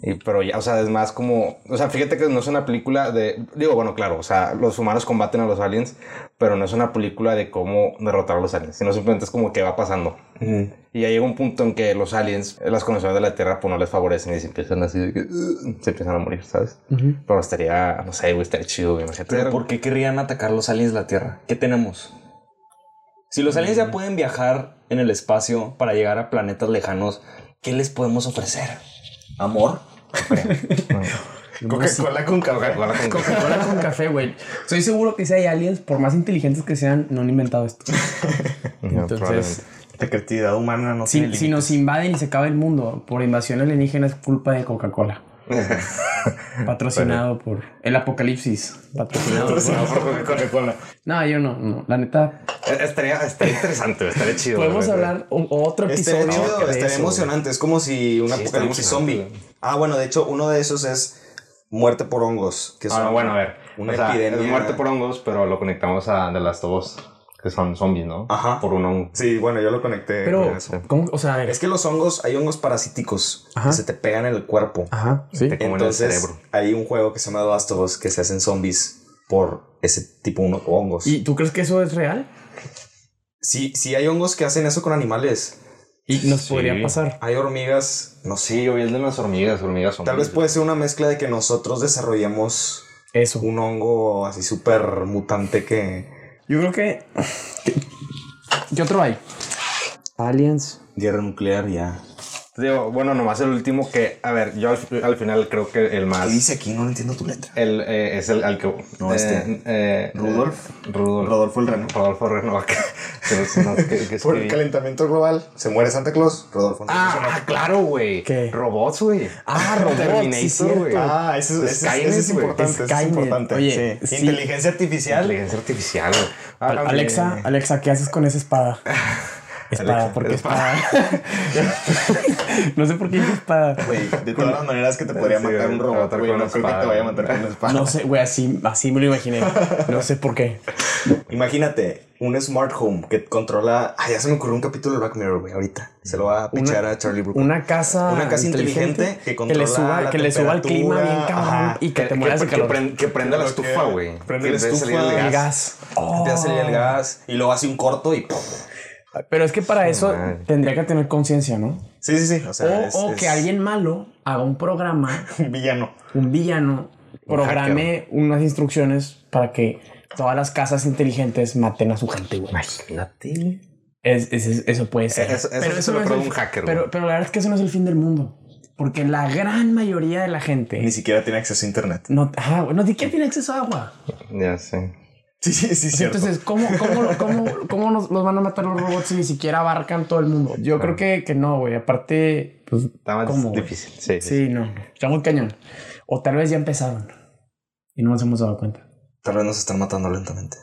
[SPEAKER 1] Y, pero ya, o sea, es más como. O sea, fíjate que no es una película de. Digo, bueno, claro, o sea, los humanos combaten a los aliens, pero no es una película de cómo derrotar a los aliens, sino simplemente es como que va pasando. Y ya llega un punto en que los aliens, eh, las condiciones de la Tierra, pues no les favorecen y se empiezan así, de que, "Ugh", se empiezan a morir, ¿sabes? Pero estaría, no sé, güey, estaría chido, güey, imagínate.
[SPEAKER 3] Pero ¿por qué querrían atacar los aliens la Tierra? ¿Qué tenemos? Si los aliens ya pueden viajar en el espacio para llegar a planetas lejanos, ¿qué les podemos ofrecer? ¿Amor?
[SPEAKER 7] Coca-Cola con Coca-Cola con
[SPEAKER 2] Coca-Cola con café, güey. Soy seguro que si hay aliens, por más inteligentes que sean, no han inventado esto. Entonces,
[SPEAKER 3] La creatividad humana no
[SPEAKER 2] si,
[SPEAKER 3] tiene
[SPEAKER 2] si nos invaden y se acaba el mundo por invasión alienígena, es culpa de Coca-Cola. Patrocinado por el apocalipsis. Patrocinado por
[SPEAKER 3] Coca-Cola.
[SPEAKER 2] No, yo no, no. La neta,
[SPEAKER 1] Eh, Estaría, estaría interesante, güey, estaría chido.
[SPEAKER 2] podemos
[SPEAKER 1] güey.
[SPEAKER 2] hablar o- otro
[SPEAKER 3] Estaría
[SPEAKER 2] episodio.
[SPEAKER 3] Este, chido,
[SPEAKER 2] de
[SPEAKER 3] estaría
[SPEAKER 2] eso,
[SPEAKER 3] emocionante. Es como si un
[SPEAKER 7] estaría
[SPEAKER 3] apocalipsis
[SPEAKER 7] emocionante.
[SPEAKER 3] zombie. Ah, bueno, de hecho, uno de esos es muerte por hongos. Que
[SPEAKER 1] Ah,
[SPEAKER 3] son
[SPEAKER 1] no, bueno, a ver.
[SPEAKER 3] Una
[SPEAKER 1] o sea,
[SPEAKER 3] epidemia.
[SPEAKER 1] es muerte por hongos, pero lo conectamos a de las dos que son zombies, ¿no?
[SPEAKER 3] Ajá.
[SPEAKER 1] Por un hongo.
[SPEAKER 3] Sí, bueno, yo lo conecté.
[SPEAKER 2] Pero,
[SPEAKER 3] con eso.
[SPEAKER 2] ¿cómo? O sea, a ver.
[SPEAKER 3] es que los hongos, hay hongos parasíticos
[SPEAKER 2] Ajá. Ah,
[SPEAKER 3] que se te pegan en el cuerpo.
[SPEAKER 2] Ajá, sí.
[SPEAKER 1] Te comen el
[SPEAKER 3] Entonces,
[SPEAKER 1] cerebro.
[SPEAKER 3] hay un juego que se llama The Last of Us que se hacen zombies por ese tipo de hongos.
[SPEAKER 2] ¿Y tú crees que eso es real?
[SPEAKER 3] Sí, sí hay hongos que hacen eso con animales.
[SPEAKER 2] Y nos
[SPEAKER 1] Sí.
[SPEAKER 2] podría pasar.
[SPEAKER 3] Hay hormigas, no sé.
[SPEAKER 1] Sí, yo vi el de las hormigas, hormigas zombies.
[SPEAKER 3] Tal vez puede ser una mezcla de que nosotros desarrollemos
[SPEAKER 2] Eso.
[SPEAKER 3] un hongo así súper mutante que
[SPEAKER 2] Yo creo que. ¿Qué otro hay? Aliens.
[SPEAKER 3] guerra nuclear ya.
[SPEAKER 1] Digo, bueno, nomás el último que, a ver, yo al, al final creo que el
[SPEAKER 3] ¿Qué
[SPEAKER 1] más...
[SPEAKER 3] dice aquí? No le entiendo tu letra.
[SPEAKER 1] El, eh, es el al que...
[SPEAKER 3] No, este.
[SPEAKER 1] eh,
[SPEAKER 3] Rudolf.
[SPEAKER 1] eh, Rudolf.
[SPEAKER 3] Rodolfo el Reno.
[SPEAKER 1] Rodolfo Reno. que- que- no, que- que
[SPEAKER 3] Por el
[SPEAKER 1] escribí.
[SPEAKER 3] calentamiento global, se muere Santa Claus, Rodolfo.
[SPEAKER 1] Ah, ah, claro, güey.
[SPEAKER 2] ¿Qué?
[SPEAKER 1] Robots, güey.
[SPEAKER 2] Ah, robots, sí,
[SPEAKER 1] Terminator,
[SPEAKER 2] cierto.
[SPEAKER 1] güey.
[SPEAKER 3] Ah, ese, ese- ese
[SPEAKER 1] Skynet,
[SPEAKER 3] es
[SPEAKER 1] güey.
[SPEAKER 3] importante. ese es
[SPEAKER 2] Skynet.
[SPEAKER 3] importante.
[SPEAKER 2] Oye,
[SPEAKER 3] sí.
[SPEAKER 2] sí.
[SPEAKER 3] Inteligencia artificial.
[SPEAKER 1] Inteligencia artificial, güey. Ah,
[SPEAKER 2] Al- Alexa, Alexa, ¿qué haces con esa espada? Espada, ¿por qué espada? no sé por qué dije espada.
[SPEAKER 3] Güey, de todas las maneras que te podría
[SPEAKER 1] Sí,
[SPEAKER 3] matar un
[SPEAKER 1] te va a
[SPEAKER 3] robot,
[SPEAKER 1] matar
[SPEAKER 3] güey,
[SPEAKER 1] con
[SPEAKER 3] no
[SPEAKER 1] una
[SPEAKER 3] creo que
[SPEAKER 1] espada,
[SPEAKER 3] te vaya a
[SPEAKER 1] güey.
[SPEAKER 3] matar con una espada.
[SPEAKER 2] No sé, güey, así, así me lo imaginé. No sé por qué.
[SPEAKER 3] Imagínate un smart home que controla. Ay, ya se me ocurrió un capítulo de Black Mirror, güey, ahorita. Se lo va a pichar a Charlie Brooker.
[SPEAKER 2] Una casa.
[SPEAKER 3] Una casa inteligente que controla
[SPEAKER 2] le suba,
[SPEAKER 3] la
[SPEAKER 2] que le suba el clima
[SPEAKER 3] temperatura,
[SPEAKER 2] bien cabrón
[SPEAKER 3] ajá,
[SPEAKER 2] y que, te mueras de
[SPEAKER 1] que,
[SPEAKER 2] calor.
[SPEAKER 1] prend- que prenda la estufa, güey.
[SPEAKER 3] Prende
[SPEAKER 1] Que
[SPEAKER 3] la
[SPEAKER 1] empiece a salir el
[SPEAKER 2] El
[SPEAKER 3] estufa,
[SPEAKER 1] gas.
[SPEAKER 2] gas. Oh.
[SPEAKER 3] Te hace el gas y luego hace un corto y. ¡puf!
[SPEAKER 2] Pero es que para eso
[SPEAKER 1] madre.
[SPEAKER 2] tendría que tener conciencia, ¿no?
[SPEAKER 3] Sí, sí, sí. O, sea,
[SPEAKER 2] O,
[SPEAKER 3] es-
[SPEAKER 2] o
[SPEAKER 3] es
[SPEAKER 2] que alguien malo haga un programa,
[SPEAKER 3] Un villano.
[SPEAKER 2] un villano, programe unas instrucciones para que todas las casas inteligentes maten a su gente, güey.
[SPEAKER 1] Imagínate.
[SPEAKER 2] Es- es- es- eso puede ser.
[SPEAKER 1] Eso- eso sí se lo
[SPEAKER 2] no es
[SPEAKER 1] creo
[SPEAKER 2] el-
[SPEAKER 1] un hacker, güey.
[SPEAKER 2] Pero, pero la verdad es que eso no es el fin del mundo. Porque la gran mayoría de la
[SPEAKER 3] Ni
[SPEAKER 2] gente
[SPEAKER 3] siquiera tiene acceso a internet.
[SPEAKER 2] no, ajá, güey, no siquiera tiene acceso a agua.
[SPEAKER 1] Ya sé.
[SPEAKER 3] Sí, sí, sí, cierto.
[SPEAKER 2] Entonces, ¿cómo, cómo, cómo, cómo nos, los van a matar los robots si ni siquiera abarcan todo el mundo? Yo creo que, que no, güey. Aparte, pues,
[SPEAKER 1] Está más
[SPEAKER 2] ¿cómo, güey?
[SPEAKER 1] difícil. Sí, sí.
[SPEAKER 2] Sí, no. Está muy cañón. O tal vez ya empezaron y no nos hemos dado cuenta.
[SPEAKER 3] Tal vez nos están matando lentamente.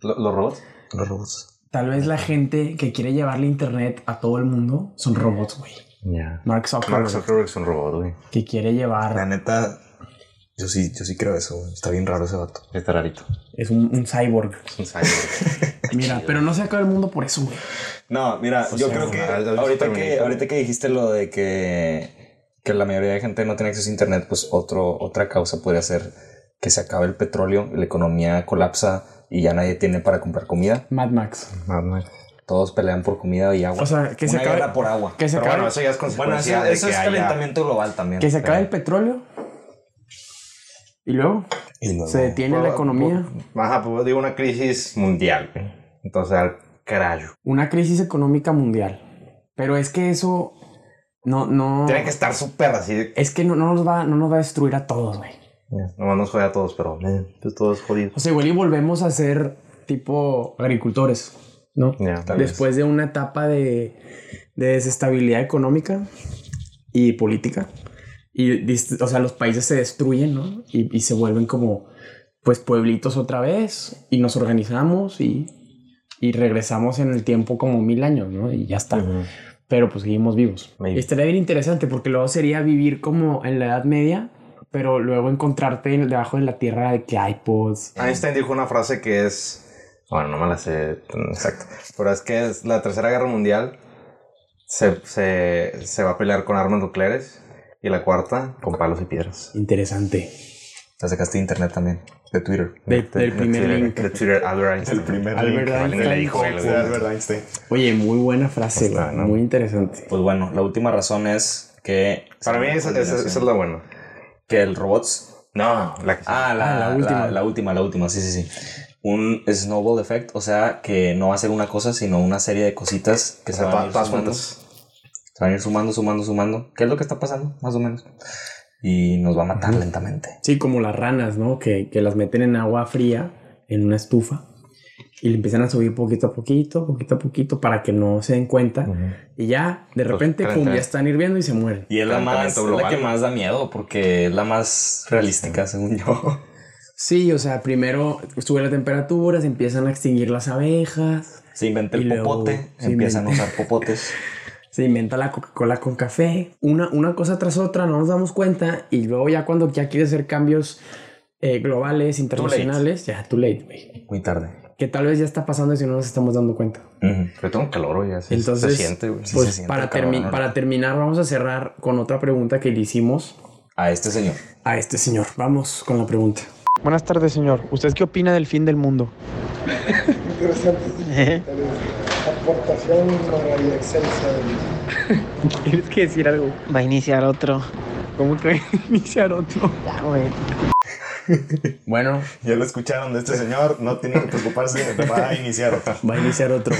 [SPEAKER 1] ¿Lo- ¿Los robots?
[SPEAKER 3] Los robots.
[SPEAKER 2] Tal vez la gente que quiere llevarle internet a todo el mundo son robots, güey.
[SPEAKER 1] Ya.
[SPEAKER 2] Mark Zuckerberg,
[SPEAKER 1] Mark Zuckerberg es un robot, güey.
[SPEAKER 2] que quiere
[SPEAKER 3] La
[SPEAKER 2] llevar...
[SPEAKER 3] neta, yo sí, yo sí creo eso. güey. Está bien raro ese vato.
[SPEAKER 1] Está rarito.
[SPEAKER 2] Es un, un cyborg.
[SPEAKER 1] Es un cyborg.
[SPEAKER 2] Mira, pero no se acaba el mundo por eso, güey.
[SPEAKER 3] No, mira,
[SPEAKER 2] O
[SPEAKER 3] yo
[SPEAKER 2] sea,
[SPEAKER 3] creo que
[SPEAKER 1] ¿has- has visto
[SPEAKER 3] ahorita, que
[SPEAKER 1] Terminator?
[SPEAKER 3] ahorita que dijiste lo de que, que la mayoría de gente no tiene acceso a internet, pues otro, otra causa podría ser que se acabe el petróleo, la economía colapsa y ya nadie tiene para comprar comida.
[SPEAKER 2] Mad Max.
[SPEAKER 1] Mad Max.
[SPEAKER 3] Todos pelean por comida y agua.
[SPEAKER 2] O sea, que se
[SPEAKER 3] Una
[SPEAKER 2] acabe-
[SPEAKER 3] guerra por agua. Pues
[SPEAKER 2] Que se
[SPEAKER 1] Pero
[SPEAKER 2] acabe,
[SPEAKER 1] bueno, eso ya es
[SPEAKER 3] Bueno,
[SPEAKER 1] consecuencia
[SPEAKER 3] eso,
[SPEAKER 1] de
[SPEAKER 3] eso
[SPEAKER 1] que
[SPEAKER 3] es
[SPEAKER 1] haya-
[SPEAKER 3] calentamiento global también.
[SPEAKER 2] que se acabe el petróleo y luego
[SPEAKER 3] Y luego-
[SPEAKER 2] se detiene la economía.
[SPEAKER 1] Ajá, pues digo una crisis mundial, güey. Entonces, al carajo.
[SPEAKER 2] Una crisis económica mundial. Pero es que eso no, no.
[SPEAKER 1] Tiene que estar súper así. de-
[SPEAKER 2] Es que no, no nos va, no nos va a destruir a todos, güey.
[SPEAKER 1] Nomás nos jode a todos, pero man, pues todos jodidos.
[SPEAKER 2] O sea, igual y volvemos a ser tipo agricultores, ¿no?
[SPEAKER 1] Ya, tal vez.
[SPEAKER 2] Después de una etapa de, de desestabilidad económica y política. Y, dist- o sea, los países se destruyen, ¿no? Y, y se vuelven como, pues, pueblitos otra vez. Y nos organizamos y, y regresamos en el tiempo como mil años, ¿no? Y ya está. Pero pues seguimos vivos.
[SPEAKER 1] Maybe.
[SPEAKER 2] Y estaría bien interesante porque luego sería vivir como en la Edad Media, pero luego encontrarte en- debajo de la tierra de que hay pues...
[SPEAKER 1] Einstein dijo una frase que es. Bueno, no me la sé tan exacto. Pero es que es la Tercera Guerra Mundial se, se- se va a pelear con armas nucleares Y la cuarta, con palos y piedras.
[SPEAKER 2] Interesante.
[SPEAKER 3] La sacaste de internet también, de Twitter.
[SPEAKER 2] De- del primer link.
[SPEAKER 1] De Twitter, Albert Einstein.
[SPEAKER 3] El primer
[SPEAKER 2] Albert
[SPEAKER 3] link.
[SPEAKER 2] Einstein.
[SPEAKER 1] Le dijo,
[SPEAKER 2] Fuck
[SPEAKER 1] le-
[SPEAKER 2] that.
[SPEAKER 8] Albert Einstein.
[SPEAKER 2] Oye, muy buena frase, güey. Muy interesante.
[SPEAKER 3] Pues bueno, la última razón es que.
[SPEAKER 1] Para mí esa, esa- esa es la buena.
[SPEAKER 3] Que el robots
[SPEAKER 1] No, la que...
[SPEAKER 3] Ah, la,
[SPEAKER 2] Ah, la
[SPEAKER 3] la-
[SPEAKER 2] última.
[SPEAKER 3] La, última, la última, sí, sí, sí. Un snowball effect, o sea, que no va a ser una cosa, sino una serie de cositas que
[SPEAKER 1] o
[SPEAKER 3] se
[SPEAKER 1] sea,
[SPEAKER 3] van
[SPEAKER 1] todas-
[SPEAKER 3] a ir
[SPEAKER 1] todas
[SPEAKER 3] sumando.
[SPEAKER 1] juntas.
[SPEAKER 3] Se van a ir sumando, sumando, sumando. ¿Qué es lo que está pasando? Más o menos. Y nos va a matar lentamente.
[SPEAKER 2] Sí, como las ranas, ¿no? Que, que las meten en agua fría, en una estufa, y le empiezan a subir poquito a poquito, poquito a poquito, para que no se den cuenta. Y ya, de repente, pum,
[SPEAKER 1] calentamiento.
[SPEAKER 2] ya están hirviendo y se mueren.
[SPEAKER 3] Y es la más,
[SPEAKER 1] Calentamiento
[SPEAKER 3] es la
[SPEAKER 1] global.
[SPEAKER 3] que más da miedo, porque es la más realística, según yo.
[SPEAKER 2] Sí, o sea, primero sube la temperatura, se empiezan a extinguir las abejas,
[SPEAKER 3] Se inventa
[SPEAKER 2] Y
[SPEAKER 3] el
[SPEAKER 2] luego
[SPEAKER 3] popote,
[SPEAKER 2] se
[SPEAKER 3] empiezan a
[SPEAKER 2] inventa-
[SPEAKER 3] usar popotes.
[SPEAKER 2] se inventa la Coca-Cola con café, una, una cosa tras otra, no nos damos cuenta, y luego ya cuando ya quiere hacer cambios eh, globales, internacionales, ya, too late, güey.
[SPEAKER 3] Muy tarde.
[SPEAKER 2] Que tal vez ya está pasando si no nos estamos dando cuenta.
[SPEAKER 3] Ujú.
[SPEAKER 1] Yo tengo calor, güey. así
[SPEAKER 2] Entonces,
[SPEAKER 1] se siente, güey.
[SPEAKER 3] Sí,
[SPEAKER 2] Pues
[SPEAKER 3] se siente
[SPEAKER 2] para,
[SPEAKER 3] el calor,
[SPEAKER 2] termi-
[SPEAKER 3] ¿no?
[SPEAKER 2] para terminar, vamos a cerrar con otra pregunta que le hicimos
[SPEAKER 3] A este señor.
[SPEAKER 2] a este señor. Vamos con la pregunta.
[SPEAKER 9] Buenas tardes, señor. ¿Usted qué opina del fin del mundo?
[SPEAKER 4] Interesante. Aportación maravillosa excelsa del-
[SPEAKER 9] ¿Tienes que decir algo? Va a iniciar otro. ¿Cómo que va a iniciar otro? Ya, güey.
[SPEAKER 2] Bueno,
[SPEAKER 8] Ya lo escucharon de este señor, no tiene que preocuparse, va a iniciar otro.
[SPEAKER 2] va a iniciar otro.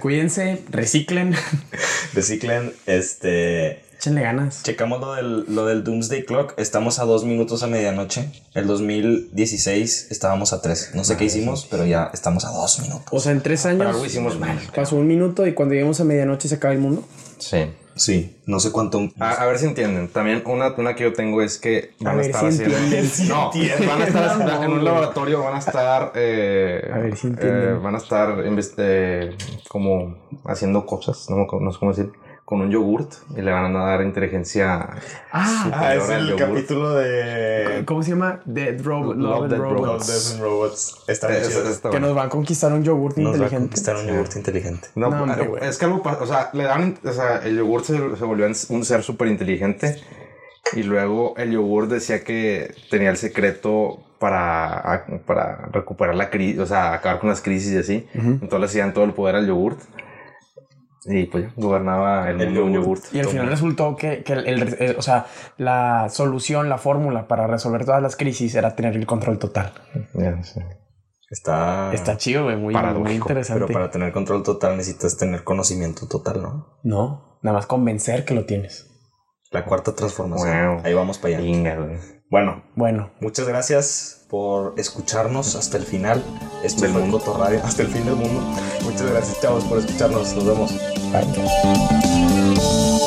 [SPEAKER 2] Cuídense, reciclen,
[SPEAKER 3] Reciclen, este.
[SPEAKER 2] échenle ganas.
[SPEAKER 3] Checamos lo del, lo del Doomsday Clock. Estamos a dos minutos a medianoche. El 2016 estábamos a tres. No sé qué hicimos, pero ya estamos a dos minutos.
[SPEAKER 2] O sea, en tres años
[SPEAKER 1] algo hicimos mal.
[SPEAKER 2] pasó un minuto y cuando lleguemos a medianoche se acaba el mundo.
[SPEAKER 1] Sí. Ah,
[SPEAKER 3] Sí, no sé cuánto.
[SPEAKER 1] A, a ver si entienden. También una, una que yo tengo es que van a,
[SPEAKER 2] ver
[SPEAKER 1] estar
[SPEAKER 2] si
[SPEAKER 1] haciendo.
[SPEAKER 2] entienden.
[SPEAKER 1] No, van a estar en un laboratorio, van a estar. eh,
[SPEAKER 2] A ver si
[SPEAKER 1] eh,
[SPEAKER 2] entienden.
[SPEAKER 1] van a estar inves- eh, como haciendo cosas, no, me acuerdo- no sé cómo decir, con un yogurt y le van a dar inteligencia.
[SPEAKER 2] Ah,
[SPEAKER 8] Ah, es
[SPEAKER 1] Ahora el
[SPEAKER 8] el
[SPEAKER 1] yogur.
[SPEAKER 8] capítulo
[SPEAKER 3] eh,
[SPEAKER 8] de
[SPEAKER 2] ¿cómo se llama? Dead Robot, Love,
[SPEAKER 1] Love,
[SPEAKER 2] and
[SPEAKER 1] Dead
[SPEAKER 2] Robots.
[SPEAKER 8] Love, Death and Robots. Está muy
[SPEAKER 1] Es-
[SPEAKER 8] chido.
[SPEAKER 1] está
[SPEAKER 2] Que
[SPEAKER 1] bueno.
[SPEAKER 2] nos va a conquistar un yogurt
[SPEAKER 3] Nos va a
[SPEAKER 2] inteligente.
[SPEAKER 3] conquistar un yogurte inteligente.
[SPEAKER 1] No,
[SPEAKER 2] No, hombre,
[SPEAKER 1] eh,
[SPEAKER 2] güey.
[SPEAKER 1] es que algo pasa, o sea, le dan, o sea, el yogur se, se volvió en- un ser súper inteligente y luego el yogur decía que tenía el secreto para, para recuperar la crisis, o sea, acabar con las crisis y así. Entonces le hacían todo el poder al yogur y pues ya, gobernaba el, mundo un yogur.
[SPEAKER 2] Y al final resultó que, que el, el- el- o sea, la solución, la fórmula para resolver todas las crisis era tener el control total.
[SPEAKER 3] Está.
[SPEAKER 2] Está chido, güey, muy,
[SPEAKER 1] Paradójico,
[SPEAKER 2] muy
[SPEAKER 3] Pero
[SPEAKER 2] interesante.
[SPEAKER 3] para tener control total necesitas tener conocimiento total, ¿no?
[SPEAKER 2] No, nada más convencer que lo tienes.
[SPEAKER 3] La cuarta transformación.
[SPEAKER 1] Wow.
[SPEAKER 3] Ahí vamos para allá.
[SPEAKER 1] Venga, güey.
[SPEAKER 3] Bueno,
[SPEAKER 2] Bueno,
[SPEAKER 3] muchas gracias por escucharnos hasta el final. Esto del mundo Cotorradio. Hasta el fin del mundo. Muchas gracias, chavos, por escucharnos. Nos vemos.
[SPEAKER 2] bye.